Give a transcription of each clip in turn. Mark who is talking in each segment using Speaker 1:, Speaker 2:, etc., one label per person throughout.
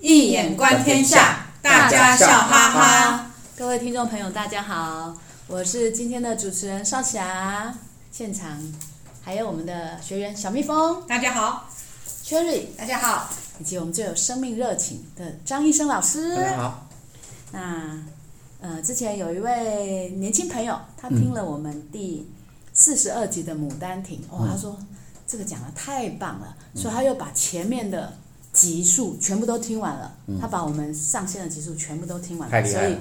Speaker 1: 一眼观天下，大家笑哈哈。
Speaker 2: 各位听众朋友，大家好，我是今天的主持人少霞，现场还有我们的学员小蜜蜂
Speaker 1: 大家好，
Speaker 2: Cherry，
Speaker 1: 大家好，
Speaker 2: 以及我们最有生命热情的张医生老师
Speaker 3: 大。家好，
Speaker 2: 那呃，之前有一位年轻朋友，他
Speaker 3: 嗯
Speaker 2: 听了我们第四十二集的《牡丹亭》，
Speaker 3: 嗯
Speaker 2: 哦，他说这个讲的太棒了，所以他又把前面的集数全部都听完了，他把我们上线的集数全部都听完
Speaker 3: 嗯太
Speaker 2: 了，
Speaker 3: 厉
Speaker 2: 所
Speaker 3: 害
Speaker 2: 以
Speaker 3: 了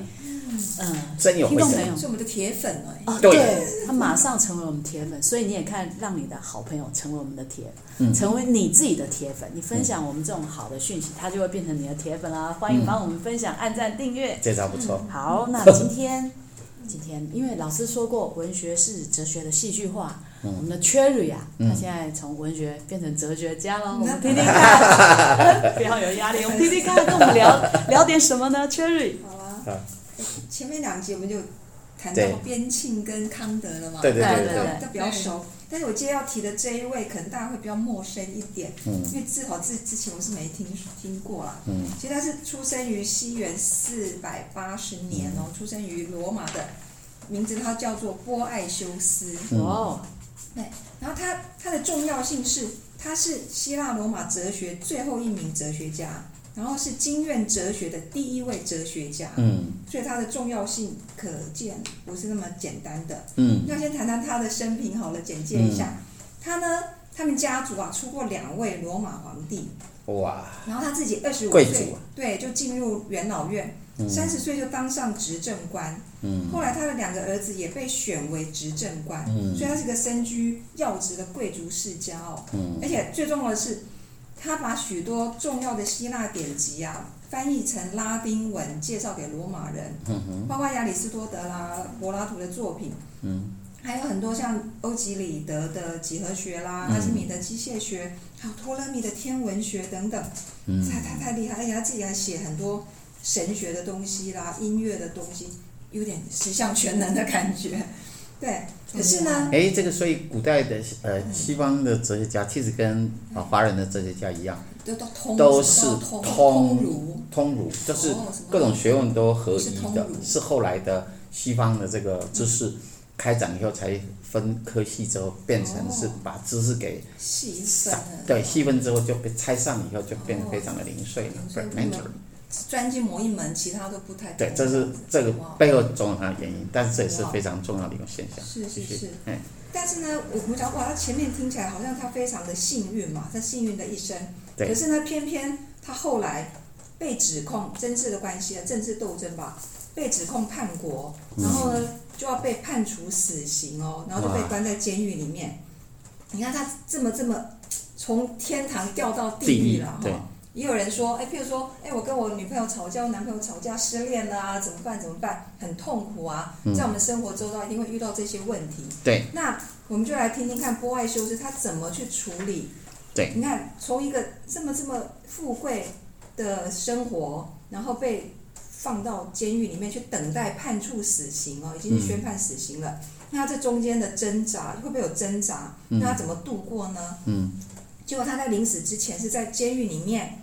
Speaker 2: 呃，
Speaker 3: 真有
Speaker 2: 听
Speaker 3: 回
Speaker 2: 众
Speaker 3: 声。
Speaker 2: 朋友。
Speaker 1: 是我们的铁粉哎、
Speaker 2: 哦，
Speaker 3: 对
Speaker 2: 他马上成为我们铁粉，所以你也看，让你的好朋友成为我们的铁，
Speaker 3: 嗯
Speaker 2: 成为你自己的铁粉。你分享我们这种好的讯息，他就会变成你的铁粉啦。欢
Speaker 3: 嗯
Speaker 2: 迎帮我们分享、按赞、订阅。
Speaker 3: 这招不错，
Speaker 2: 好，那今天今天，因为老师说过，文学是哲学的戏剧化。
Speaker 3: 嗯
Speaker 2: 我们的 Cherry 啊，他现在从文学变成哲学家了。我们听听看， 不要有压力，我们听听看，跟我们 聊聊点什么呢？Cherry，
Speaker 1: 好
Speaker 3: 好
Speaker 1: 啊，前面两集我们就谈到
Speaker 3: 对
Speaker 1: 边沁跟康德了嘛，
Speaker 3: 对对
Speaker 2: 对对
Speaker 1: 都
Speaker 2: 对
Speaker 1: 都比较熟。但是我今天要提的这一位，可能大家会比较陌生一点，因为至少之之前我是没听听过啦。
Speaker 3: 嗯，
Speaker 1: 其实他是出生于西元四百八十年哦，出生于罗马的，名字他叫做波爱修斯。
Speaker 3: 嗯
Speaker 2: 哇哦，
Speaker 1: 然后它它的重要性是，他是希腊罗马哲学最后一名哲学家，然后是经院哲学的第一位哲学家，
Speaker 3: 嗯
Speaker 1: 所以它的重要性可见不是那么简单的。
Speaker 3: 嗯
Speaker 1: 那先谈谈他的生平好了，简介一下。他呢，他们家族啊出过两位罗马皇帝，
Speaker 3: 哇，
Speaker 1: 然后他自己二十五
Speaker 3: 贵
Speaker 1: 岁
Speaker 3: 族啊，
Speaker 1: 对，就进入元老院，三十岁就当上执政官。嗯，后来他的两个儿子也被选为执政官，嗯、所以他是个身居要职的贵族世家哦。嗯，而且最重要的是，他把许多重要的希腊典籍啊翻译成拉丁文，介绍给罗马人，嗯、包括亚里士多德啦、柏拉图的作品。嗯。还有很多像欧几里得的几何学啦，
Speaker 3: 嗯
Speaker 1: 阿基米德机械学，还有托勒密的天文学等等，
Speaker 3: 嗯
Speaker 1: 他他太厉害，而且他自己还写很多神学的东西啦、音乐的东西，有点十项全能的感觉。 对，可是呢，
Speaker 3: 哎，这个所以古代的呃西方的哲学家其实跟啊华人的哲学家一样，
Speaker 1: 都都通
Speaker 3: 都
Speaker 1: 什么
Speaker 3: 是
Speaker 1: 通
Speaker 3: 通
Speaker 1: 儒，
Speaker 3: 通儒就是
Speaker 1: 哦什么
Speaker 3: 各种学问都合
Speaker 1: 是
Speaker 3: 一
Speaker 1: 通
Speaker 3: 的
Speaker 1: 儒，
Speaker 3: 是后来的西方的这个知识开展以后才分科系之后变成是
Speaker 1: 哦啊
Speaker 3: 把知识给
Speaker 1: 细分
Speaker 3: 散
Speaker 1: 的，
Speaker 3: 对细分之后就被拆散以后就变得
Speaker 1: 哦
Speaker 3: 非常的零碎了
Speaker 1: 所以不能
Speaker 3: ，fragmentary。
Speaker 1: 专精某一门，其他都不太通
Speaker 3: 对，这是这个
Speaker 1: 哇
Speaker 3: 背后总有它的原因，但是这也是非常重要的一个现象。
Speaker 1: 是是
Speaker 3: 继续
Speaker 1: 是，
Speaker 3: 哎，
Speaker 1: 但是呢，我们讲哇，他前面听起来好像他非常的幸运嘛，他幸运的一生。
Speaker 3: 对
Speaker 1: 可是呢，偏偏他后来被指控政治的关系啊，政治斗争吧，被指控叛国，
Speaker 3: 嗯
Speaker 1: 然后呢就要被判处死刑哦，然后就被
Speaker 3: 哇
Speaker 1: 关在监狱里面。你看他这么这么从天堂掉到
Speaker 3: 地
Speaker 1: 地狱
Speaker 3: 狱
Speaker 1: 了
Speaker 3: 对
Speaker 1: 哈。也有人说，哎，譬如说，哎，我跟我女朋友吵架，我男朋友吵架，失恋啦、怎么办？怎么办？很痛苦啊，在我们生活周遭一定会遇到这些问题。
Speaker 3: 对
Speaker 1: 那我们就来听听看波爱修斯他怎么去处理。
Speaker 3: 对
Speaker 1: 你看从一个这么这么富贵的生活，然后被放到监狱里面去等待判处死刑哦，已经宣判死刑了。
Speaker 3: 嗯
Speaker 1: 那这中间的挣扎会不会有挣扎？那他怎么度过呢？
Speaker 3: 嗯，
Speaker 1: 结果他在临死之前是在监狱里面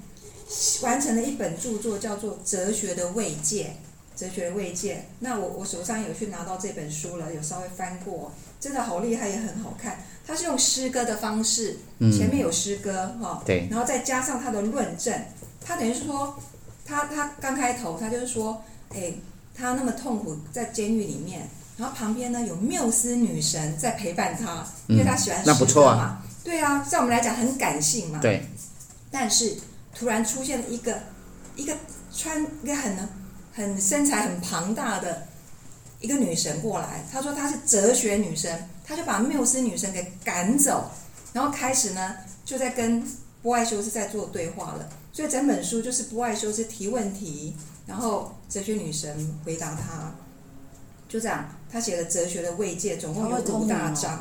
Speaker 1: 完成了一本著作，叫做《哲学的慰藉》。哲学的慰藉，那我我手上有去拿到这本书了，有稍微翻过，真的好厉害，也很好看。它是用诗歌的方式，前面有诗歌哈、
Speaker 3: 嗯对
Speaker 1: 然后再加上他的论证，他等于是说，他他刚开头他就是说，哎，他那么痛苦在监狱里面，然后旁边呢有缪斯女神在陪伴他，因为他喜欢诗歌
Speaker 3: 嗯那
Speaker 1: 嘛，
Speaker 3: 不错
Speaker 1: 对啊，在我们来讲很感性嘛，
Speaker 3: 对，
Speaker 1: 但是突然出现了一个一个穿一个很很身材很庞大的一个女神过来，她说她是哲学女神，她就把缪斯女神给赶走，然后开始呢就在跟波爱修斯在做对话了。所以整本书就是波爱修斯提问题，然后哲学女神回答他，就这样。他写了《哲学的慰藉》，总共有五大章。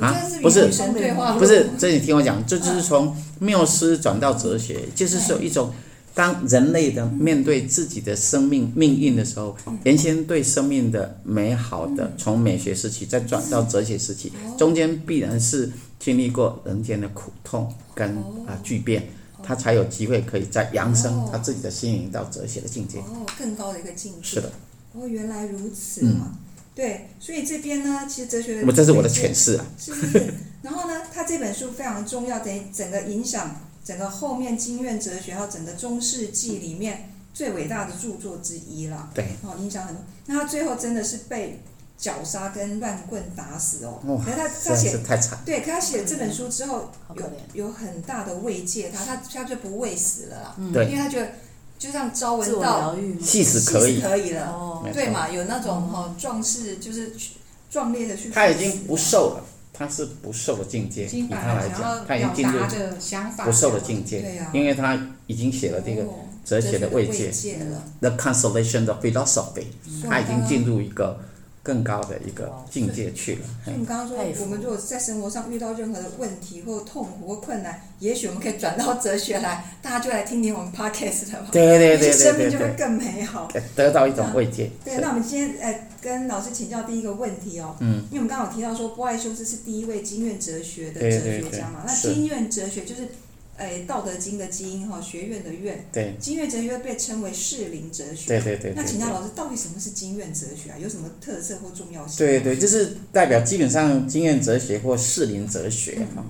Speaker 3: 啊
Speaker 1: 我觉
Speaker 3: 不是
Speaker 1: 得是与女神对话录，
Speaker 3: 不是，这你听我讲，这就是从缪斯转到哲学，就是说一种当人类的面对自己的生命命运的时候，原先对生命的美好
Speaker 4: 嗯
Speaker 3: 的，从美学时期再转到哲学时期，中间必然是经历过人间的苦痛跟啊巨变。
Speaker 4: 哦
Speaker 3: 他才有机会可以再扬升
Speaker 1: 哦
Speaker 3: 他自己的心灵到哲学的境界。
Speaker 1: 哦，更高的一个境界。
Speaker 3: 是的，
Speaker 1: 哦，原来如此啊。对，所以这边呢，其实哲学的，
Speaker 3: 那么这是我的诠，释啊，
Speaker 1: 是是 是。然后呢，他这本书非常重要，等于整个影响整个后面经院哲学，还有整个中世纪里面最伟大的著作之一啦。
Speaker 3: 对，
Speaker 1: 哦，影响很多。那他最后真的是被绞杀跟乱棍打死哦。
Speaker 3: 哇
Speaker 1: 可是他
Speaker 3: 实
Speaker 1: 他
Speaker 3: 在
Speaker 1: 写
Speaker 3: 是太惨。
Speaker 1: 对，可他写这本书之后，
Speaker 2: 好可
Speaker 1: 有
Speaker 2: 怜。
Speaker 1: 有很大的慰藉他，他他就不畏死了啦，
Speaker 3: 对
Speaker 1: 因为他觉得就像朝
Speaker 2: 嗯自
Speaker 1: 闻
Speaker 2: 我
Speaker 1: 道，
Speaker 2: 疗愈吗？
Speaker 3: 戏死可以，
Speaker 1: 可以了，
Speaker 2: 哦
Speaker 3: 没，错
Speaker 1: 对嘛？有那种哦壮士，就是去壮烈的去，
Speaker 3: 他已经不，受了，他是不受的境界。以
Speaker 4: 经把
Speaker 3: 他来
Speaker 4: 想
Speaker 3: 讲，
Speaker 4: 要
Speaker 3: 他已经进
Speaker 4: 表
Speaker 3: 入
Speaker 4: 达的想法
Speaker 3: 不受的境界，
Speaker 1: 对啊
Speaker 3: 因为他已经写了这个
Speaker 1: 哦
Speaker 3: 哲学的慰藉
Speaker 1: 慰藉了，
Speaker 3: 《The Consolation of Philosophy》，他已经进入一个更高的一个境界去了。
Speaker 1: 所以我们刚刚说
Speaker 2: 佩，服
Speaker 1: 我们如果在生活上遇到任何的问题或痛苦或困难，也许我们可以转到哲学来，大家就来听听我们 podcast 的吧，
Speaker 3: 对对
Speaker 1: 也
Speaker 3: 对
Speaker 1: 许生
Speaker 3: 对
Speaker 1: 命
Speaker 3: 对
Speaker 1: 就会
Speaker 3: 对，
Speaker 1: 更美好。
Speaker 3: 得到一种慰藉。
Speaker 1: 对，
Speaker 3: 是
Speaker 1: 那我们今天呃跟老师请教第一个问题哦，
Speaker 3: 嗯，
Speaker 1: 因为我们刚刚有提到说波爱修斯是第一位经院哲学的
Speaker 3: 对
Speaker 1: 哲
Speaker 3: 对
Speaker 1: 学家嘛，
Speaker 3: 对
Speaker 1: 那
Speaker 3: 是
Speaker 1: 经院哲学就是，诶、道德经》的经哈，学院的院，
Speaker 3: 对
Speaker 1: 经院哲学被称为适龄哲学。
Speaker 3: 对对对对
Speaker 1: 那请教
Speaker 3: 对。
Speaker 1: 老师，到底什么是经院哲学啊？有什么特色或重要性？
Speaker 3: 对对，就是代表基本上经验哲学或适龄哲学
Speaker 1: 嗯
Speaker 3: 哈、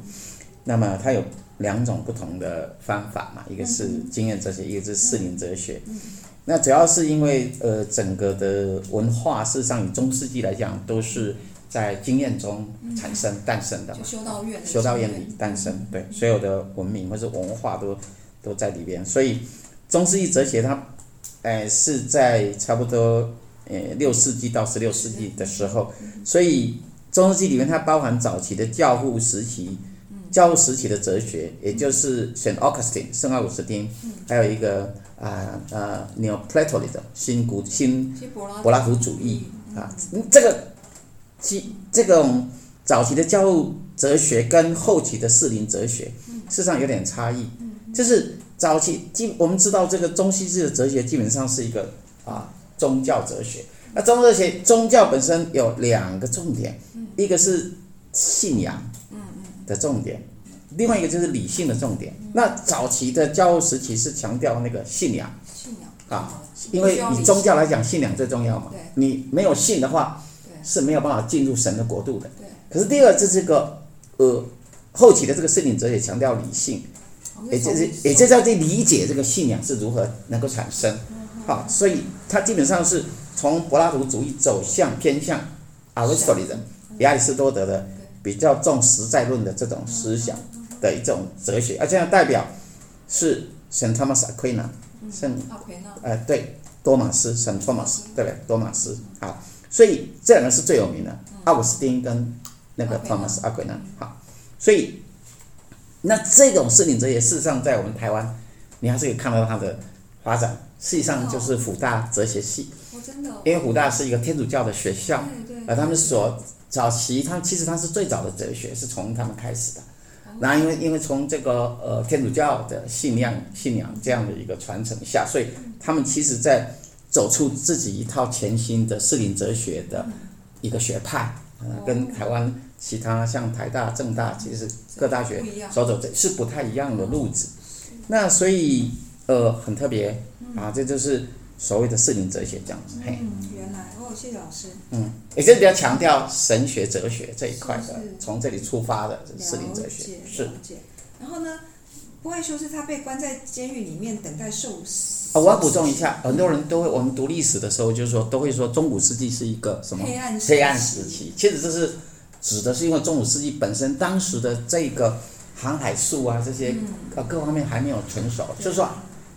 Speaker 3: 那么它有两种不同的方法嘛，一个是
Speaker 1: 嗯
Speaker 3: 经验哲学，一个是适龄哲学。那主要是因为呃，整个的文化事实上以中世纪来讲，都是在经验中产
Speaker 1: 嗯
Speaker 3: 生诞生的嘛
Speaker 1: 就，修道院的
Speaker 3: 修道院
Speaker 1: 经
Speaker 3: 里诞生，对，所有的文明或是文化都都在里边。所以中世纪哲学它，呃，是在差不多呃六世纪到十六世纪的时候，
Speaker 1: 嗯
Speaker 3: 所以中世纪里面它包含早期的教父时期。
Speaker 1: 嗯
Speaker 3: 教父时期的哲学，也就是圣奥古斯丁、圣奥古斯丁，
Speaker 1: 嗯
Speaker 3: 还有一个啊呃 Neoplatonism 新古新
Speaker 1: 嗯其实柏拉
Speaker 3: 柏拉图主义啊，嗯这个其这种早期的教育哲学跟后期的适龄哲学，事实上有点差异。就是早期基我们知道这个中西式的哲学基本上是一个啊宗教哲学，那宗教哲学宗教本身有两个重点，一个是信仰的重点。另外一个就是理性的重点。那早期的教育时期是强调那个信仰，
Speaker 1: 信仰
Speaker 3: 啊，因为以宗教来讲，信仰最重要嘛
Speaker 1: 对。
Speaker 3: 你没有信的话
Speaker 1: 对，
Speaker 3: 是没有办法进入神的国度的
Speaker 1: 对。
Speaker 3: 可是第二，这是个呃后期的这个圣灵哲学强调理性，也就是也就是要去理解这个信仰是如何能够产生。好，所以它基本上是从柏拉图主义走向偏向 Aristotelism，亚里士多德的比较重实在论的这种思想的一种哲学，而且它代表是 Saint Thomas Aquinas，圣
Speaker 1: 阿奎那
Speaker 3: 呃，对，多马斯，圣托马斯，对不对？多马斯，好，所以这两个是最有名的，奥古斯丁跟那个
Speaker 1: 嗯阿奎
Speaker 3: 托
Speaker 1: 那
Speaker 3: 马斯阿奎那，好，所以那这种事情哲学，事实上在我们台湾，你还是可以看到它的发展。事实上就是辅大哲学系，
Speaker 1: 哦，真的、哦，
Speaker 3: 因为辅大是一个天主教的学校，
Speaker 1: 对对，
Speaker 3: 而他们所早期，他们其实他是最早的哲学，是从他们开始的。然后因为因为从这个呃天主教的信仰信仰这样的一个传承下，所以他们其实在走出自己一套全新的适龄哲学的一个学派，呃，跟台湾其他像台大、政大，其实各大学
Speaker 1: 不一样
Speaker 3: 所走这是不太一样的路子。那所以呃很特别啊，这就是所谓的适龄哲学这样子。嘿，
Speaker 1: 嗯，原来哦，谢谢老师，
Speaker 3: 也是比较强调神学哲学这一块的
Speaker 1: 是是，
Speaker 3: 从这里出发的
Speaker 1: 了
Speaker 3: 适龄哲学
Speaker 1: 解，
Speaker 3: 是
Speaker 1: 了解。然后呢，不爱修斯他被关在监狱里面等待受死。
Speaker 3: 啊，我要补充一下，很多人都会，我们读历史的时候，就是说都会说中古世纪是一个什么
Speaker 1: 黑暗时
Speaker 3: 黑暗时。期，其实这是指的是因为中古世纪本身当时的这个航海术啊这些呃各方面还没有成熟，就是说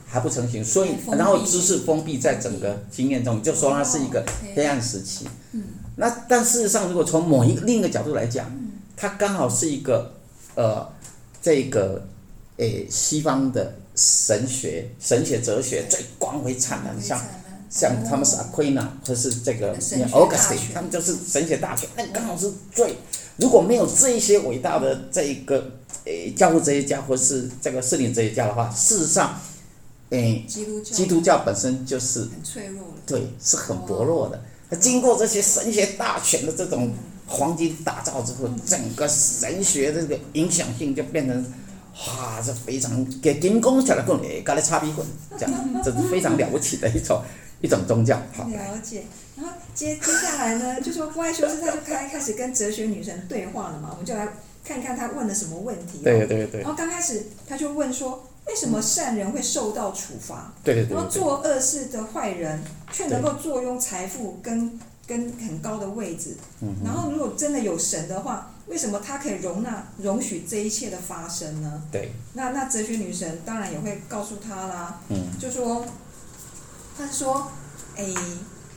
Speaker 3: 还不成型，所以
Speaker 1: 还封闭
Speaker 3: 然后知识封闭在整个经验中，就说它是一
Speaker 1: 哦
Speaker 3: 个黑暗时期。
Speaker 1: 嗯
Speaker 3: 那但事实上，如果从某一个另一个角度来讲，它刚好是一个呃这个诶西方的神学神学哲学最光辉灿烂，像像他们是 Aquina 或是这个
Speaker 1: 哦神学大
Speaker 3: a u g u s
Speaker 1: 全
Speaker 3: t i 他们就是神学大全，那刚好是最，如果没有这一些伟大的这一个诶教父哲学家或是这个圣灵哲学家的话，事实上，诶
Speaker 1: 基督教
Speaker 3: 基督教本身就是
Speaker 1: 很脆弱了，
Speaker 3: 对是很薄弱的，那经过这些神学大全的这种黄金打造之后，整个神学的这个影响性就变成哇，这非常给金光小来棍，哎，搞来擦屁股，这样，这是非常了不起的一种一种宗教。好，
Speaker 1: 了解。然后接接下来呢，就说外修师他就开开始跟哲学女神对话了嘛，我们就来看看他问了什么问题、哦。
Speaker 3: 对对对
Speaker 1: 然后刚开始他就问说，为什么善人会受到处罚？
Speaker 3: 对对
Speaker 1: 然后
Speaker 3: 对，
Speaker 1: 做恶事的坏人却能够坐拥财富跟跟很高的位置，
Speaker 3: 嗯
Speaker 1: 然后如果真的有神的话，为什么他可以容纳容许这一切的发生呢？
Speaker 3: 对，
Speaker 1: 那那哲学女神当然也会告诉他啦，
Speaker 3: 嗯
Speaker 1: 就说，她说，哎、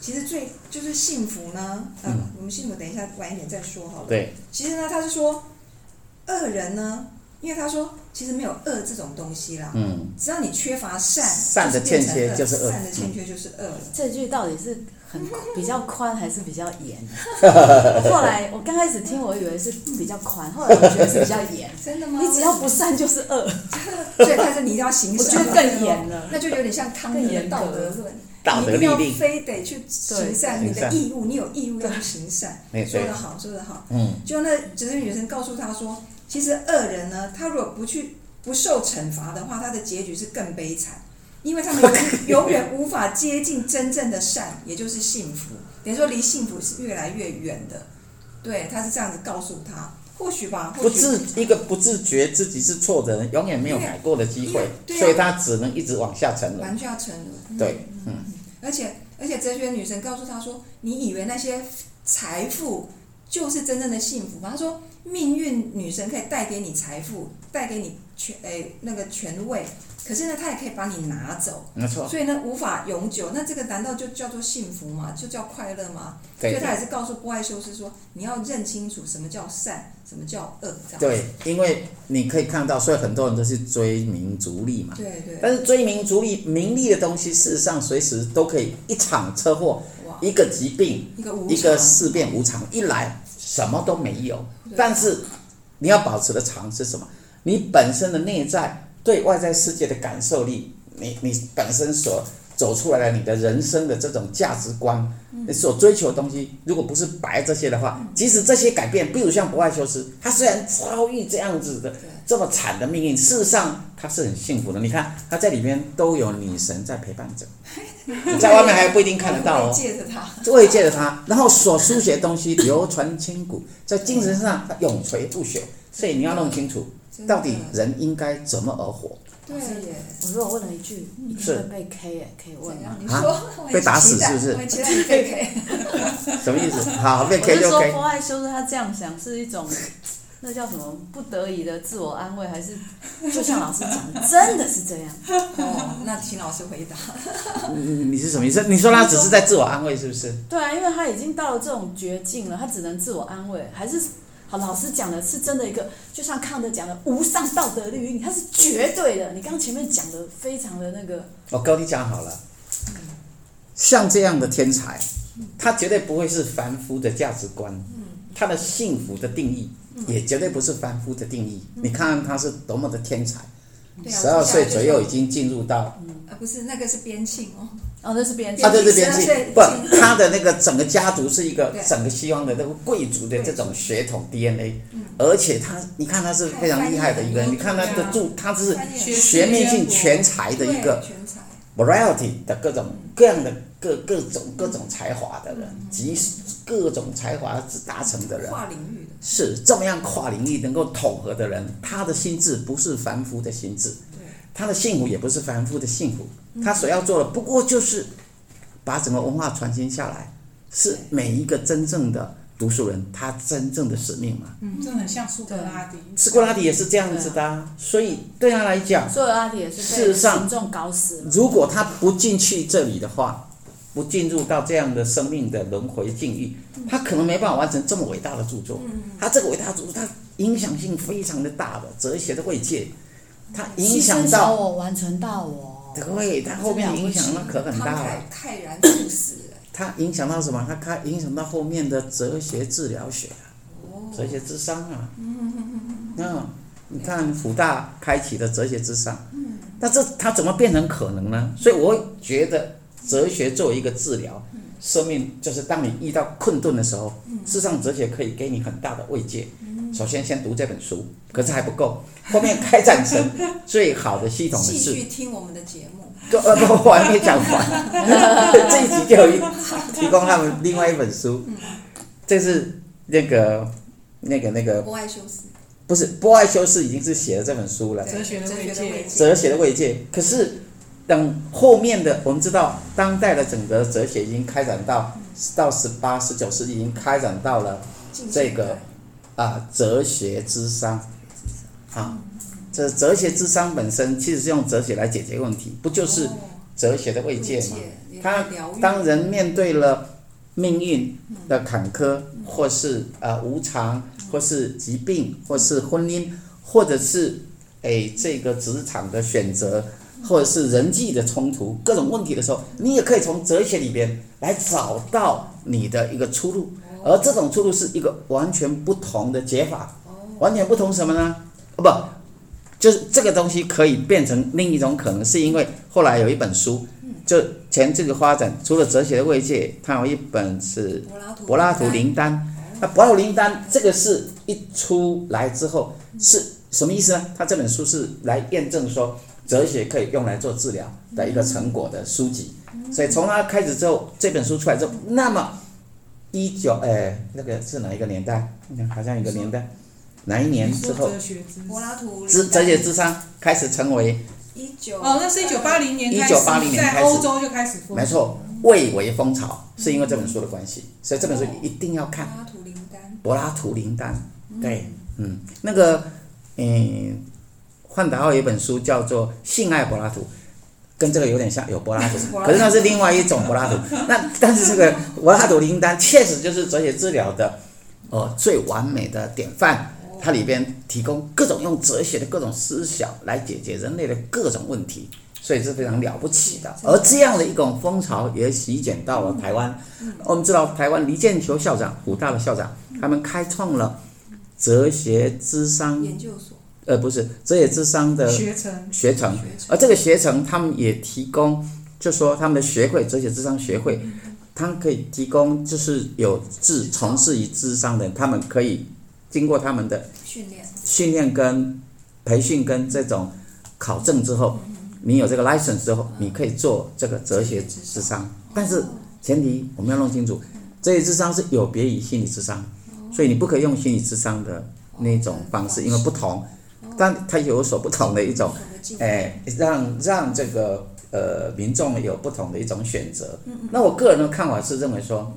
Speaker 1: 其实最就是幸福呢，呃、
Speaker 3: 嗯
Speaker 1: 我们幸福等一下晚一点再说好了。
Speaker 3: 对，
Speaker 1: 其实呢，她是说，恶人呢，因为她说其实没有恶这种东西啦，
Speaker 3: 嗯，
Speaker 1: 只要你缺乏善，
Speaker 3: 善的
Speaker 1: 就变成
Speaker 3: 欠缺就是恶嗯
Speaker 1: 善的欠缺就是恶了。
Speaker 2: 这句到底是很比较宽还是比较 严？后来我刚开始听，我以为是比较宽，后来我觉得是比较严。
Speaker 1: 真的吗？
Speaker 2: 你只要不善就是恶，
Speaker 1: 所以他说你一定要行
Speaker 2: 我觉
Speaker 1: 善，哦
Speaker 2: 得更严了。
Speaker 1: 那就有点像康德
Speaker 2: 更
Speaker 1: 的
Speaker 2: 严格
Speaker 1: 道德论，
Speaker 3: 道德
Speaker 1: 你一
Speaker 3: 立
Speaker 1: 定
Speaker 3: 定
Speaker 1: 要，非得去行善，
Speaker 3: 对
Speaker 1: 你的义务，你有义务要去行善。
Speaker 3: 对
Speaker 1: 说
Speaker 3: 对
Speaker 1: 得，好，说得好。
Speaker 3: 嗯，
Speaker 1: 就那只是女生告诉他说，其实恶人呢，他如果不去不受惩罚的话，他的结局是更悲惨，因为他 们永永远无法接近真正的善，也就是幸福，等于说离幸福是越来越远的。对，他是这样子告诉他，或许吧，或
Speaker 3: 不
Speaker 1: 许
Speaker 3: 自一个不自觉自己是错的人，永远没有改过的机
Speaker 1: 因
Speaker 3: 会
Speaker 1: 为，对啊
Speaker 3: 所以他只能一直往下沉沦。
Speaker 1: 完全要沉沦。
Speaker 3: 对，
Speaker 1: 而且而且哲学女神告诉他说：“你以为那些财富就是真正的幸福吗？”她说：“命运女神可以带给你财富，带给你权诶、那个权位，可是呢，她也可以把你拿走，
Speaker 3: 没错，
Speaker 1: 所以呢，无法永久。那这个难道就叫做幸福吗？就叫快乐吗？所
Speaker 3: 对
Speaker 1: 以她也是告诉波爱修斯说，你要认清楚什么叫善，什么叫恶，这样
Speaker 3: 对，因为你可以看到，所以很多人都是追名逐利嘛。
Speaker 1: 对对
Speaker 3: 但是追名逐利、名利的东西，事实上随时都可以一场车祸、
Speaker 1: 哇，
Speaker 3: 一个疾病、
Speaker 1: 一个无
Speaker 3: 一个
Speaker 1: 常
Speaker 3: 事变无常一来，什么都没有。
Speaker 1: 对
Speaker 3: 但是你要保持的长是什么？你本身的内在对外在世界的感受力，你你本身所走出来的你的人生的这种价值观，你所追求的东西，如果不是白这些的话，即使这些改变，比如像博爱修斯，他虽然遭遇这样子的这么惨的命运，事实上他是很幸福的。你看他在里面都有女神在陪伴着，你在外面还不一定看得到哦。
Speaker 1: 借着他，
Speaker 3: 慰藉了他，然后所书写的东西流传千古，在精神上它永垂不朽。所以你要弄清楚，
Speaker 1: 真的
Speaker 3: 到底人应该怎么而活，
Speaker 1: 对耶。”
Speaker 2: 我如果问了一句，
Speaker 3: 嗯
Speaker 2: 一定会被 K 耶，可以问
Speaker 1: 怎样
Speaker 2: 吗？？
Speaker 1: 你
Speaker 3: 啊
Speaker 1: 说、我很
Speaker 3: 被打死
Speaker 1: 期待
Speaker 3: 是不是
Speaker 1: 我很期待你被 K。
Speaker 3: 什么意思？好，被
Speaker 2: 我
Speaker 3: K
Speaker 2: 是
Speaker 3: 就
Speaker 2: 说
Speaker 3: K，
Speaker 2: 波爱修斯他这样想是一种，那叫什么不得已的自我安慰，还 是就像老师讲的，真的是这样。
Speaker 1: 哦，那请老师回答。
Speaker 3: 嗯你是什么意思？你说他只是在自我安慰，是不是？
Speaker 2: 对啊，因为他已经到了这种绝境了，他只能自我安慰，还是好老师讲的是真的一个，就像康德讲的无上道德律令，它是绝对的。你刚刚前面讲的非常的那个，
Speaker 3: 我跟你讲好了，像这样的天才，他绝对不会是凡夫的价值观，他的幸福的定义也绝对不是凡夫的定义。你看他是多么的天才，
Speaker 1: 对啊，
Speaker 3: 嗯十二岁左右已
Speaker 1: 经。
Speaker 3: 经进入到
Speaker 1: 啊，不是那个是边沁哦。
Speaker 2: 哦，那是别人
Speaker 3: 他
Speaker 2: 讲
Speaker 1: 啊
Speaker 3: 在
Speaker 1: 对
Speaker 3: 这边
Speaker 1: 12
Speaker 3: 去
Speaker 1: 岁
Speaker 3: 不
Speaker 1: 进，
Speaker 3: 他的那个整个家族是一个
Speaker 1: 对
Speaker 3: 整个西方的那个贵族的这种血统 DNA，
Speaker 1: 嗯
Speaker 3: 而且他，你看他是非常厉害的一个人，
Speaker 1: 他
Speaker 3: 你看他的著，他是
Speaker 1: 他也
Speaker 4: 学
Speaker 3: 全面性全才的一个
Speaker 1: 对全才。
Speaker 3: variety 的各种各样的各各种各种才华的人，集各种才华之达成的人，
Speaker 1: 跨领域的，
Speaker 3: 是这么样跨领域能够统合的人，他的心智不是凡夫的心智，他的幸福也不是凡夫的幸福，他所要做的不过就是把整个文化传承下来，是每一个真正的读书人他真正的使命嘛。
Speaker 4: 嗯，这很像苏格拉底。
Speaker 3: 斯库拉底也是这样子的、啊，所以对他来讲，
Speaker 2: 所有阿迪也是
Speaker 3: 事
Speaker 2: 被
Speaker 3: 实上
Speaker 2: 群众搞死了。
Speaker 3: 如果他不进去这里的话，不进入到这样的生命的轮回境遇，他可能没办法完成这么伟大的著作。
Speaker 2: 嗯
Speaker 3: 他这个伟大的著作，他影响性非常的大的哲学的慰藉，他影响
Speaker 2: 牺牲小
Speaker 3: 到
Speaker 2: 我完成大我，
Speaker 3: 对他后面的影响那可很大
Speaker 1: 他
Speaker 3: 了。
Speaker 1: 泰泰然处死了。
Speaker 3: 他影响到什么？他他影响到后面的哲学治疗学啊，哲学智商啊。那你看福大开启的哲学智商，那这它怎么变成可能呢？所以我会觉得哲学作为一个治疗，生命就是当你遇到困顿的时候，事实上哲学可以给你很大的慰藉，首先先读这本书，可是还不够，后面开展成最好的系统的
Speaker 1: 继
Speaker 3: 事
Speaker 1: 续听我们的节目，
Speaker 3: 就呃不，我还没讲完，这一集就有一提供他们另外一本书，这是那个那个那个
Speaker 1: 国外修斯
Speaker 3: 不是波爱修士已经是写了这本书了，
Speaker 1: 对
Speaker 4: 哲学的
Speaker 1: 哲
Speaker 4: 慰
Speaker 1: 学的
Speaker 4: 藉
Speaker 1: 慰藉，
Speaker 3: 哲学的慰藉。可是等后面的我们知道，当代的整个哲学已经开展到到十八、十九世纪已经开展到了。
Speaker 1: 进
Speaker 3: 这
Speaker 1: 行
Speaker 3: 个啊，哲学智商，啊，这哲学智商本身其实是用哲学来解决问题，不就是
Speaker 1: 哦
Speaker 3: 哲学的慰
Speaker 1: 慰
Speaker 3: 藉
Speaker 1: 藉
Speaker 3: 吗？
Speaker 1: 也
Speaker 3: 他
Speaker 1: 疗愈嗯
Speaker 3: 当人面对了命运的坎坷，或是呃无常，或是疾病，或是婚姻，或者是诶这个职场的选择，
Speaker 1: 嗯
Speaker 3: 或者是人际的冲突，各种问题的时候，你也可以从哲学里边来找到你的一个出路，而这种出路是一个完全不同的解法，完全不同什么呢？哦不。就是这个东西可以变成另一种可能，是因为后来有一本书，就前这个发展，除了哲学的慰藉，它有一本是
Speaker 1: 柏拉图
Speaker 3: 柏拉图灵丹。那柏拉图灵丹这个是一出来之后是什么意思呢？他这本书是来验证说哲学可以用来做治疗的一个成果的书籍。所以从他开始之后，这本书出来之后，那么一九哎那个是哪一个年代？好像一个年代，哪一年
Speaker 4: 你
Speaker 3: 之
Speaker 4: 说
Speaker 3: 后？
Speaker 4: 哲学之
Speaker 1: 柏拉图
Speaker 3: 之哲学智商开始成为
Speaker 1: 一九
Speaker 4: 哦，那是一九八零年开始，
Speaker 3: 1980年开
Speaker 4: 在
Speaker 3: 始
Speaker 4: 欧洲就开始复
Speaker 3: 没错，蔚为风潮，是因为这本书的关系，所以这本书一定要
Speaker 1: 柏
Speaker 3: 看《
Speaker 1: 拉图灵丹，
Speaker 3: 柏拉图灵丹》。对，嗯，那个，嗯，范达浩有一本书叫做《性爱柏拉图》，跟这个有点像，有柏拉图
Speaker 1: 是，柏拉图
Speaker 3: 可是那是另外一种柏拉图。那但是这个柏拉图灵丹确实就是哲学治疗的，呃，最完美的典范。它里边提供各种用哲学的各种思想来解决人类的各种问题，所以是非常了不起的。而这样的一种风潮也席卷到了台湾。我们知道台湾黎建球校长、武大的校长，他们开创了哲学之商，
Speaker 1: 研究所
Speaker 3: 呃，不是哲学之商的
Speaker 4: 学成，
Speaker 3: 学程，
Speaker 1: 学者
Speaker 3: 而这个学程他们也提供，就说他们的学会哲学智商学会，他们可以提供就是有志从事于智商的人，他们可以经过他们的
Speaker 1: 训练
Speaker 3: 训练跟培训跟这种考证之后，你有这个 license 之后，你可以做这个哲学智商。但是
Speaker 1: 哦
Speaker 3: 前提我们要弄清楚，哲学智商是有别于心理智商，所以你不可以用心理智商的那种方式，因为不同，但它有所不同的一种
Speaker 1: 所，谓进步
Speaker 3: 哎，让让这个呃民众有不同的一种选择。那我个人的看法是认为说，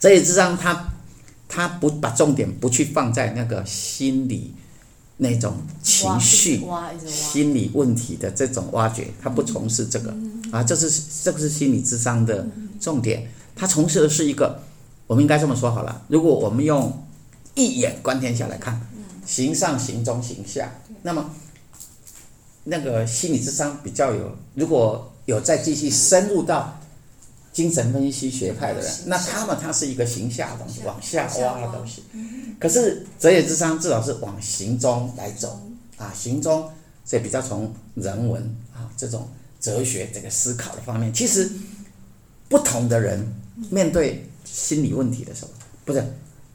Speaker 3: 哲学智商它它不把重点不去放在那个心理那种情绪
Speaker 2: 挖一直挖，
Speaker 3: 心理问题的这种挖掘，他不从事这个
Speaker 2: 嗯
Speaker 3: 啊，这是这个是心理智商的重点。他从事的是一个，我们应该这么说好了。如果我们用一眼观天下来看，形上、形中、形下，那么那个心理智商比较有，如果有再继续深入到精神分析学派的人，那他们他是一个形下的东西，啊往下挖嗯的东西。可是哲学智商至少是往形中来走啊，形中所以比较从人文啊这种哲学这个思考的方面，其实不同的人面对心理问题的时候，不是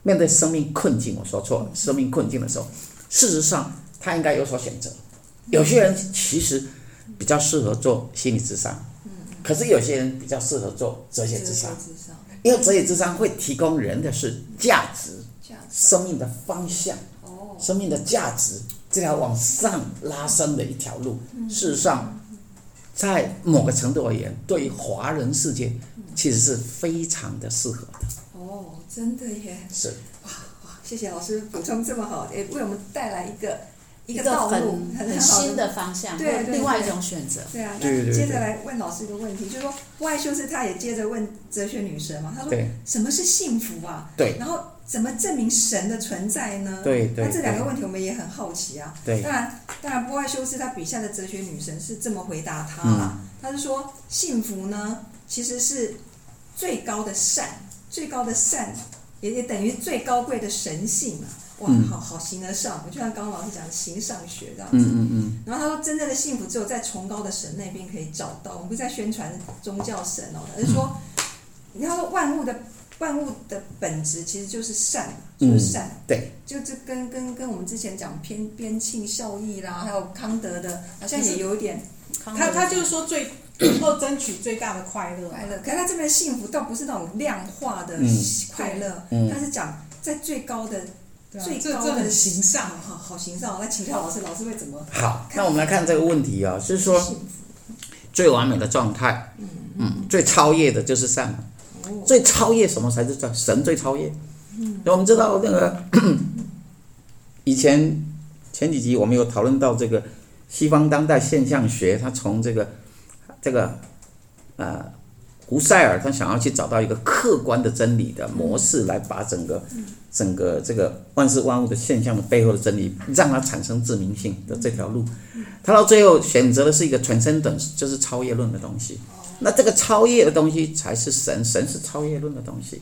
Speaker 3: 面对生命困境，我说错了，生命困境的时候，事实上他应该有所选择。有些人其实比较适合做心理智商，可是有些人比较适合做嗯哲学智商，
Speaker 1: 智商
Speaker 3: 因为哲学智商会提供人的是价值。
Speaker 1: 价值哦
Speaker 3: 生命的方向，生命的价值这条往上拉升的一条路。事实上，在某个程度而言，对于华人世界其实是非常的适合的。
Speaker 1: 哦，真的耶！
Speaker 3: 是，
Speaker 1: 谢谢老师补充这么好，也为我们带来一个一个
Speaker 2: 个
Speaker 1: 道
Speaker 2: 很
Speaker 1: 路，
Speaker 2: 很
Speaker 1: 好
Speaker 2: 新的方向，
Speaker 1: 对对对
Speaker 2: 另外一种选择。
Speaker 1: 对啊，
Speaker 3: 对
Speaker 1: 那
Speaker 3: 对
Speaker 1: 接
Speaker 3: 对
Speaker 1: 着来问老师一个问题，就是说外修士他也接着问哲学女神嘛，他说
Speaker 3: 对
Speaker 1: 什么是幸福啊？
Speaker 3: 对
Speaker 1: 然后怎么证明神的存在呢？
Speaker 3: 对对
Speaker 1: 那这两个问题我们也很好奇啊。
Speaker 3: 对
Speaker 1: 当然，当然，波外修斯他笔下的哲学女神是这么回答他啦，
Speaker 3: 嗯
Speaker 1: 他是说幸福呢其实是最高的善，最高的善也也等于最高贵的神性嘛。哇，
Speaker 3: 嗯
Speaker 1: 好好形而上，我就像刚刚老师讲的形上学这样子。
Speaker 3: 嗯嗯嗯，
Speaker 1: 然后他说，真正的幸福只有在崇高的神那边
Speaker 3: 嗯
Speaker 1: 可以找到。我们不是在宣传宗教神哦，而是说，他说万物的万物的本质其实就是善，就是善。
Speaker 3: 嗯对，
Speaker 1: 就这跟跟跟我们之前讲边边沁效益啦，还有康德的，好像
Speaker 4: 就
Speaker 1: 也
Speaker 4: 是
Speaker 1: 有一点
Speaker 2: 康德
Speaker 4: 他他就是说最 能够争取最大的快乐，
Speaker 1: 快乐。可是他这边的幸福倒不是那种量化的
Speaker 3: 嗯
Speaker 1: 快乐，
Speaker 3: 嗯
Speaker 1: 他是讲在最高的
Speaker 4: 对啊
Speaker 1: 最
Speaker 4: 这
Speaker 1: 高
Speaker 4: 这
Speaker 1: 的
Speaker 4: 很形象
Speaker 1: 好好形象哦。那请教老师，老师会怎么
Speaker 3: 好，那我们来看这个问题啊、是说
Speaker 1: 幸福？
Speaker 3: 最完美的状态，嗯，最超越的就是善嘛，最超越什么才是最神最超越？那我们知道那个 以前前几集我们有讨论到这个西方当代现象学，他从这个这个呃胡塞尔他想要去找到一个客观的真理的模式，来把整个整个这个万事万物的现象的背后的真理，让它产生自明性的这条路。他到最后选择的是一个 transcendence，就是超越论的东西。那这个超越的东西才是神，神是超越论的东西。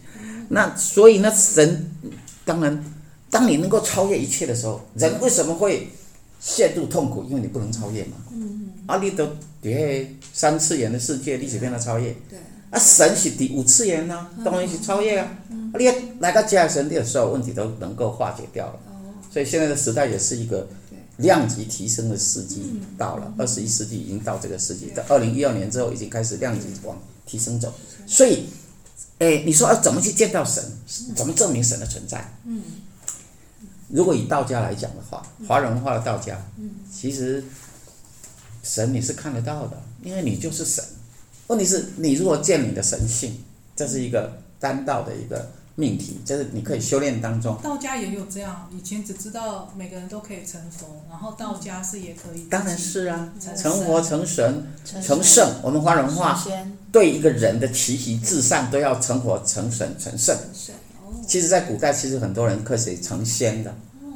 Speaker 3: 那所以呢，神当然，当你能够超越一切的时候，人为什么会陷入痛苦？因为你不能超越嘛。嗯。啊，你都底下三次元的世界，你是变他超越。
Speaker 1: 对。
Speaker 3: 啊，神是第五次元呐、当然是超越啊。啊，你来到家神，你的所有问题都能够化解掉了。所以现在的时代也是一个量级提升的时机到了，二十一世纪已经到这个世纪，到二零一二年之后已经开始量级往提升走。所以，哎，你说要怎么去见到神？怎么证明神的存在？嗯，如果以道家来讲的话，华人文化的道家，其实神你是看得到的，因为你就是神。问题是，你如果见你的神性，这是一个单道的一个命题，就是你可以修炼当中。
Speaker 4: 道家也有这样，以前只知道每个人都可以成佛，然后道家是也可以，
Speaker 3: 当然是啊，
Speaker 4: 成
Speaker 3: 成
Speaker 4: 神
Speaker 3: 佛成神成
Speaker 2: 成
Speaker 3: 圣，我们华人
Speaker 2: 化
Speaker 3: 话
Speaker 2: 仙，
Speaker 3: 对一个人的其习至上都要成佛成神成圣。
Speaker 1: 哦
Speaker 3: 其实，在古代，其实很多人可以成仙的。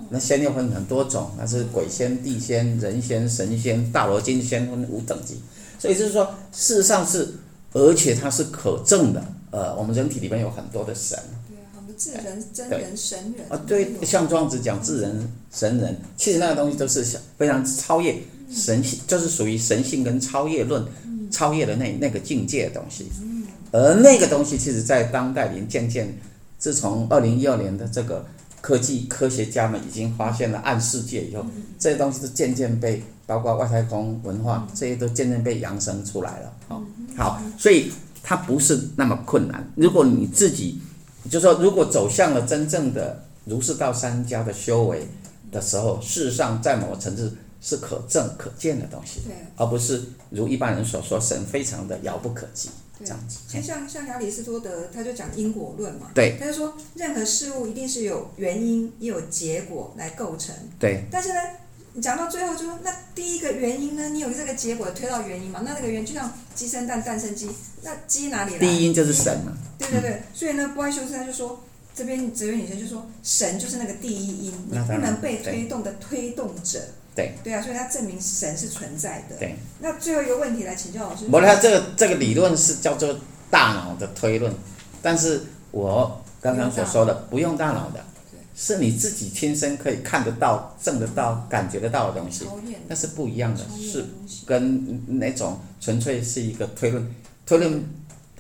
Speaker 3: 那仙又分很多种，那是鬼仙、地仙、人仙、神仙、大罗金仙分五等级。所以就是说，事实上是，而且它是可证的。呃，我们人体里面有很多的神
Speaker 1: 对啊，我们智人、真
Speaker 3: 对
Speaker 1: 人、神人
Speaker 3: 啊，对
Speaker 1: 都，有
Speaker 3: 像庄子讲智人、神人，其实那个东西都是非常超越神性，就是属于神性跟超越论、超越的那那个境界的东西。而那个东西，其实在当代已经渐渐，自从二零一二年的这个科技科学家们已经发现了暗世界以后，这些东西都渐渐被包括外太空文化这些都渐渐被扬升出来了。哦，好，所以它不是那么困难。如果你自己就说，如果走向了真正的儒释道三家的修为的时候，事实上在某个层次是可证可见的东西，
Speaker 1: 对。
Speaker 3: 而不是如一般人所说，神非常的遥不可及这
Speaker 1: 对
Speaker 3: 样子。
Speaker 1: 就像像亚里士多德，他就讲因果论嘛，
Speaker 3: 对，
Speaker 1: 他就说任何事物一定是有原因也有结果来构成，
Speaker 3: 对，
Speaker 1: 但是呢，你讲到最后就说，那第一个原因呢，你有这个结果推到原因嘛？那那个原因就像鸡生蛋，蛋生鸡，那鸡哪里来？
Speaker 3: 第一因就是神嘛，
Speaker 1: 对对对，所以呢，不爱修斯他就说，这边这位女生就说，神就是那个第一因，你
Speaker 3: 那
Speaker 1: 不
Speaker 3: 当然
Speaker 1: 能被推动的推动者。
Speaker 3: 对
Speaker 1: 对啊，所以他证明神是存在的。
Speaker 3: 对。
Speaker 1: 那最后一个问题来请教老师，
Speaker 3: 我他这个这个理论是叫做大脑的推论，但是我刚刚所说的不用大脑的，是你自己亲身可以看得到、证得到、感觉得到的东西，
Speaker 1: 超越的
Speaker 3: 那是不一样的
Speaker 1: 超，越
Speaker 3: 是
Speaker 1: 的东西，
Speaker 3: 跟那种纯粹是一个推论，推论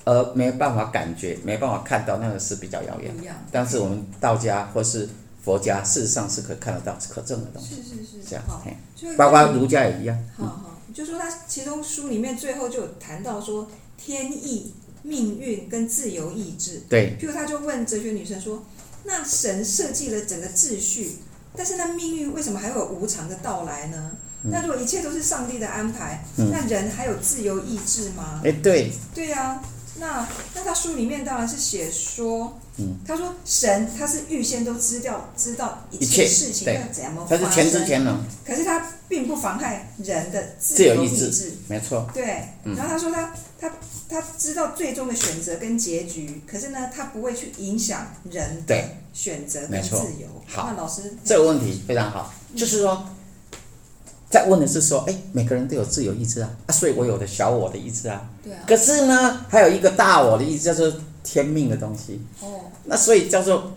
Speaker 3: 而没有办法感觉、没办法看到，那个是比较遥远。
Speaker 1: 不一样。
Speaker 3: 但是我们道家或是佛家，事实上是可以看得到、可证的东西，
Speaker 1: 是是
Speaker 3: 这
Speaker 1: 是，
Speaker 3: 样
Speaker 1: 好，，
Speaker 3: 嘿
Speaker 1: 所以
Speaker 3: 包括儒家也一样。
Speaker 1: 好好，就说他其中书里面最后就有谈到说天意、命运跟自由意志。
Speaker 3: 对，
Speaker 1: 譬如他就问哲学女生说：“那神设计了整个秩序，但是那命运为什么还会有无常的到来呢？
Speaker 3: 嗯
Speaker 1: 那如果一切都是上帝的安排，那人还有自由意志吗？”
Speaker 3: 哎，对，
Speaker 1: 对呀、那那他书里面当然是写说，
Speaker 3: 嗯
Speaker 1: 他说神他是预先都知道知道一
Speaker 3: 一切
Speaker 1: 事情
Speaker 3: 对
Speaker 1: 要怎么
Speaker 3: 它
Speaker 1: 发生，
Speaker 3: 是全知全能，
Speaker 1: 可是他并不妨害人的自
Speaker 3: 自由
Speaker 1: 由
Speaker 3: 意
Speaker 1: 意
Speaker 3: 志
Speaker 1: 志。
Speaker 3: 没错。
Speaker 1: 对，
Speaker 3: 嗯
Speaker 1: 然后他说他他他知道最终的选择跟结局，可是呢，他不会去影响人的
Speaker 3: 对
Speaker 1: 选择
Speaker 3: 没
Speaker 1: 跟
Speaker 3: 错
Speaker 1: 自由。
Speaker 3: 好
Speaker 1: 那老师
Speaker 3: 这个问题非常好，就是说，在问的是说，哎，每个人都有自由意志啊，啊，所以我有的小我的意志啊，
Speaker 1: 对啊，
Speaker 3: 可是呢，还有一个大我的意志叫做天命的东西，
Speaker 1: 哦，嗯
Speaker 3: 那所以叫做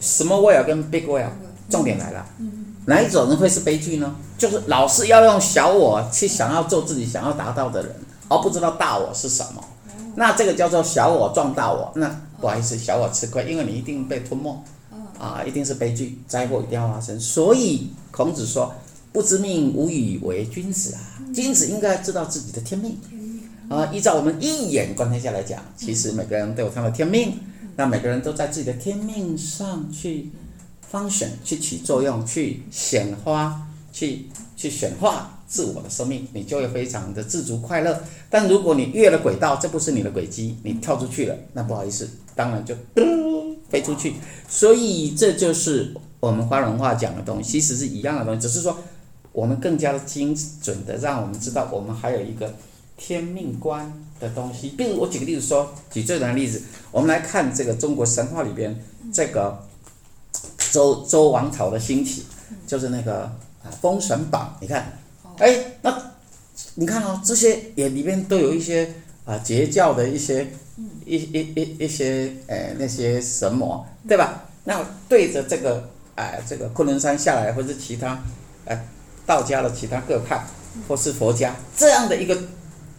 Speaker 3: small will 跟 big will，重点来了，哪一种人会是悲剧呢？就是老是要用小我去想要做自己
Speaker 1: 哦
Speaker 3: 想要达到的人，而不知道大我是什么。那这个叫做小我撞大我，那不好意思，小我吃亏，因为你一定被吞没，啊，一定是悲剧灾祸一定要发生。所以孔子说：“不知命，无以为君子啊！君子应该知道自己的天命。”啊，依照我们一眼观天下来讲，其实每个人都有他的天命，那每个人都在自己的天命上去方选、去起作用、去显化、去去显化自我的生命，你就会非常的自足快乐。但如果你越了轨道，这不是你的轨迹，你跳出去了，那不好意思，当然就嘟飞出去。所以这就是我们花文化讲的东西，其实是一样的东西，只是说我们更加的精准的让我们知道，我们还有一个天命观的东西。比如我举个例子说，举最简单的例子，我们来看这个中国神话里边这个周周王朝的兴起，就是那个啊《封神榜》，你看，哎，那你看哦，这些也里面都有一些啊、截教的一些一一一一些呃那些神魔，对吧？那对着这个啊、这个昆仑山下来，或是其他呃道家的其他各派，或是佛家这样的一个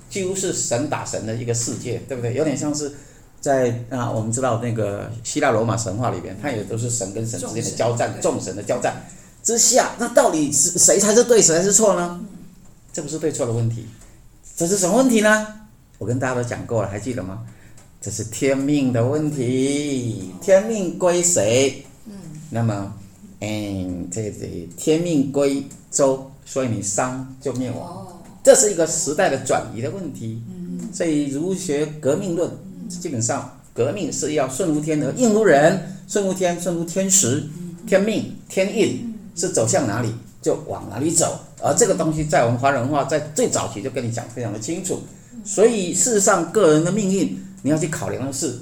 Speaker 3: 几乎是神打神的一个世界，对不对？有点像是在啊，我们知道那个希腊罗马神话里边，它也都是神跟神之间的交战，众神的交战之下，那到底是谁才是对，谁才是错呢？这不是对错的问题，这是什么问题呢？我跟大家都讲过了，还记得吗？这是天命的问题，天命归谁？嗯，那么，嗯，这这天命归周，所以你商就灭亡。
Speaker 1: 哦，
Speaker 3: 这是一个时代的转移的问题。所以儒学革命论基本上革命是要顺乎天而应乎人，顺乎天，顺乎天时、天命、天应，是走向哪里就往哪里走。而这个东西在我们华人文化在最早期就跟你讲非常的清楚。所以事实上，个人的命运你要去考量的是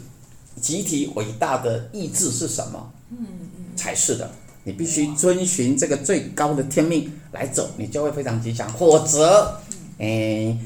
Speaker 3: 集体伟大的意志是什么，才是的。你必须遵循这个最高的天命来走，你就会非常吉祥。否则，诶，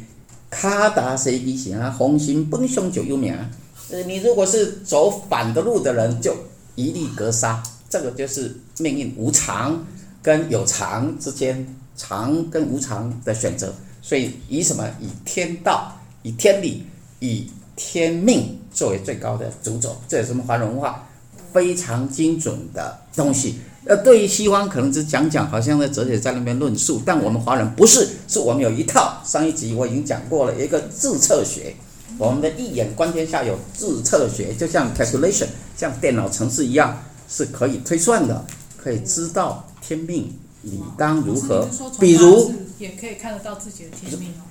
Speaker 3: 卡达谁吉行啊，红心奔凶九幽冥啊。呃，你如果是走反的路的人，就一律格杀。这个就是命运无常跟有常之间，常跟无常的选择。所以以什么？以天道，以天理，以天命作为最高的主轴，这也是我们华人文化非常精准的东西。呃，对于西方可能只讲讲，好像在哲学在那边论述，但我们华人不是，是我们有一套。上一集我已经讲过了，有一个自测学，我们的一眼观天下有自测学，就像 calculation，像电脑程式一样，是可以推算的，可以知道天命理当如何
Speaker 4: 老师你是说。从
Speaker 3: 比如
Speaker 4: 八字也可以看得到自己的天命哦。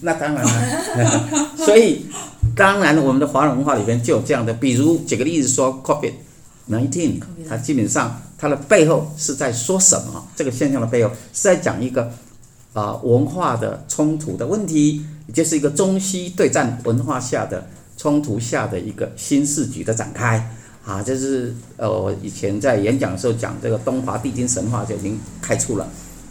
Speaker 3: 那当然了， 所以当然我们的华人文化里边就有这样的，比如举个例子说，COVID nineteen，它基本上它的背后是在说什么？这个现象的背后是在讲一个啊、文化的冲突的问题，也就是一个中西对战文化下的冲突下的一个新市局的展开。啊，这是呃，我以前在演讲的时候讲这个东华帝君神话就已经开出了。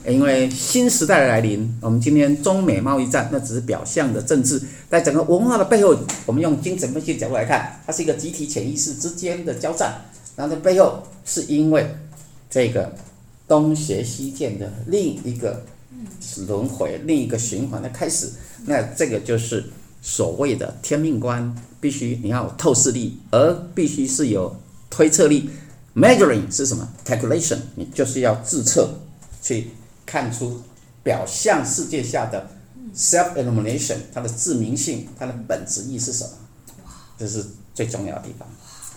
Speaker 3: 因为新时代的来临，我们今天中美贸易战那只是表象的政治，在整个文化的背后，我们用精神分析角度来看，它是一个集体潜意识之间的交战。然后在背后是因为这个东邪西渐的另一个轮回、另一个循环的开始。那这个就是所谓的天命观，必须你要有透视力，而必须是有推测力。Measuring 是什么？Calculation，你就是要自测去看出表象世界下的 self illumination，它的自明性，它的本质意是什么？这是最重要的地方，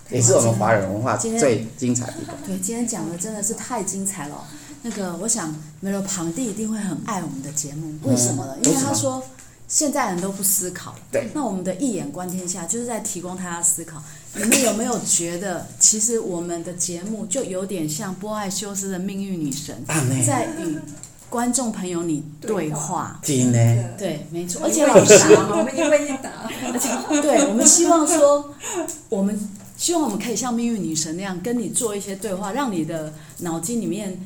Speaker 3: 也是我们华人文化
Speaker 2: 今天
Speaker 3: 最精彩的地方。
Speaker 2: 对，今天讲的真的是太精彩了。那个，我想梅罗庞蒂一定会很爱我们的节目，为什么呢？因为他
Speaker 3: 为什
Speaker 2: 说现在人都不思考了。
Speaker 3: 对
Speaker 2: 那我们的一眼观天下就是在提供他的思考。你们有没有觉得，其实我们的节目就有点像波爱修斯的命运女神，
Speaker 3: 啊，那
Speaker 2: 在与观众朋友你对话？
Speaker 3: 真呢？
Speaker 1: 对，
Speaker 2: 对，没错。而
Speaker 1: 而
Speaker 2: 且
Speaker 1: 且
Speaker 2: 老
Speaker 1: 老
Speaker 2: 师
Speaker 1: 师，，呃我们因为你打，
Speaker 2: 而且，对我们希望说，我们希望我们可以像命运女神那样跟你做一些对话，让你的脑筋里面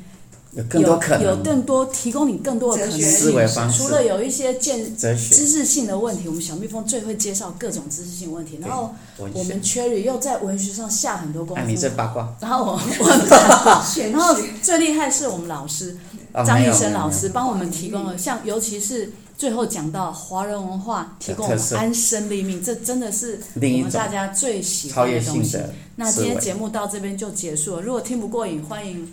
Speaker 3: 有
Speaker 2: 有
Speaker 3: 更多可
Speaker 2: 有
Speaker 3: 能，
Speaker 2: 更多提供你更多的可能性。
Speaker 1: 哲学思
Speaker 3: 维方式
Speaker 2: 除了有一些见
Speaker 3: 哲
Speaker 2: 知
Speaker 3: 学、
Speaker 2: 识性的问题，我们小蜜蜂最会介绍各种知识性问题。然后
Speaker 3: 文
Speaker 2: 我
Speaker 3: 学
Speaker 2: 们。Cherry 又在文学上下很多功
Speaker 3: 那哎你这
Speaker 2: 夫。
Speaker 3: 八卦
Speaker 2: 然后我 我
Speaker 1: 选
Speaker 2: 然后
Speaker 1: 举
Speaker 2: 最厉害是我们老师
Speaker 3: 啊，
Speaker 2: 张
Speaker 3: 没
Speaker 2: 医
Speaker 3: 有没
Speaker 2: 生
Speaker 3: 有嗯
Speaker 2: 老
Speaker 3: 没有
Speaker 2: 师帮我们提供了，像尤其是最后讲到华人文化提供我
Speaker 3: 特
Speaker 2: 们
Speaker 3: 色
Speaker 2: 安身立命，这真的是
Speaker 3: 另
Speaker 2: 我
Speaker 3: 一
Speaker 2: 们
Speaker 3: 种
Speaker 2: 大家最喜
Speaker 3: 超
Speaker 2: 欢
Speaker 3: 越
Speaker 2: 的东
Speaker 3: 性
Speaker 2: 西。
Speaker 3: 的
Speaker 2: 那今天
Speaker 3: 思维
Speaker 2: 节目到这边就结束了。如果听不过瘾，欢迎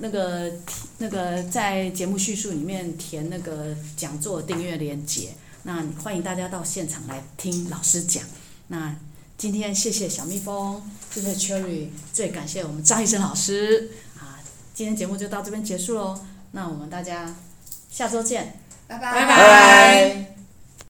Speaker 2: 那个那个在节目叙述里面填那个讲座订阅链接。那欢迎大家到现场来听老师讲。那今天谢谢小蜜蜂，谢谢 Cherry，最感谢我们张医生老师啊。今天节目就到这边结束喽。那我们大家下周见。
Speaker 1: 拜
Speaker 4: 拜
Speaker 1: 拜
Speaker 4: 拜。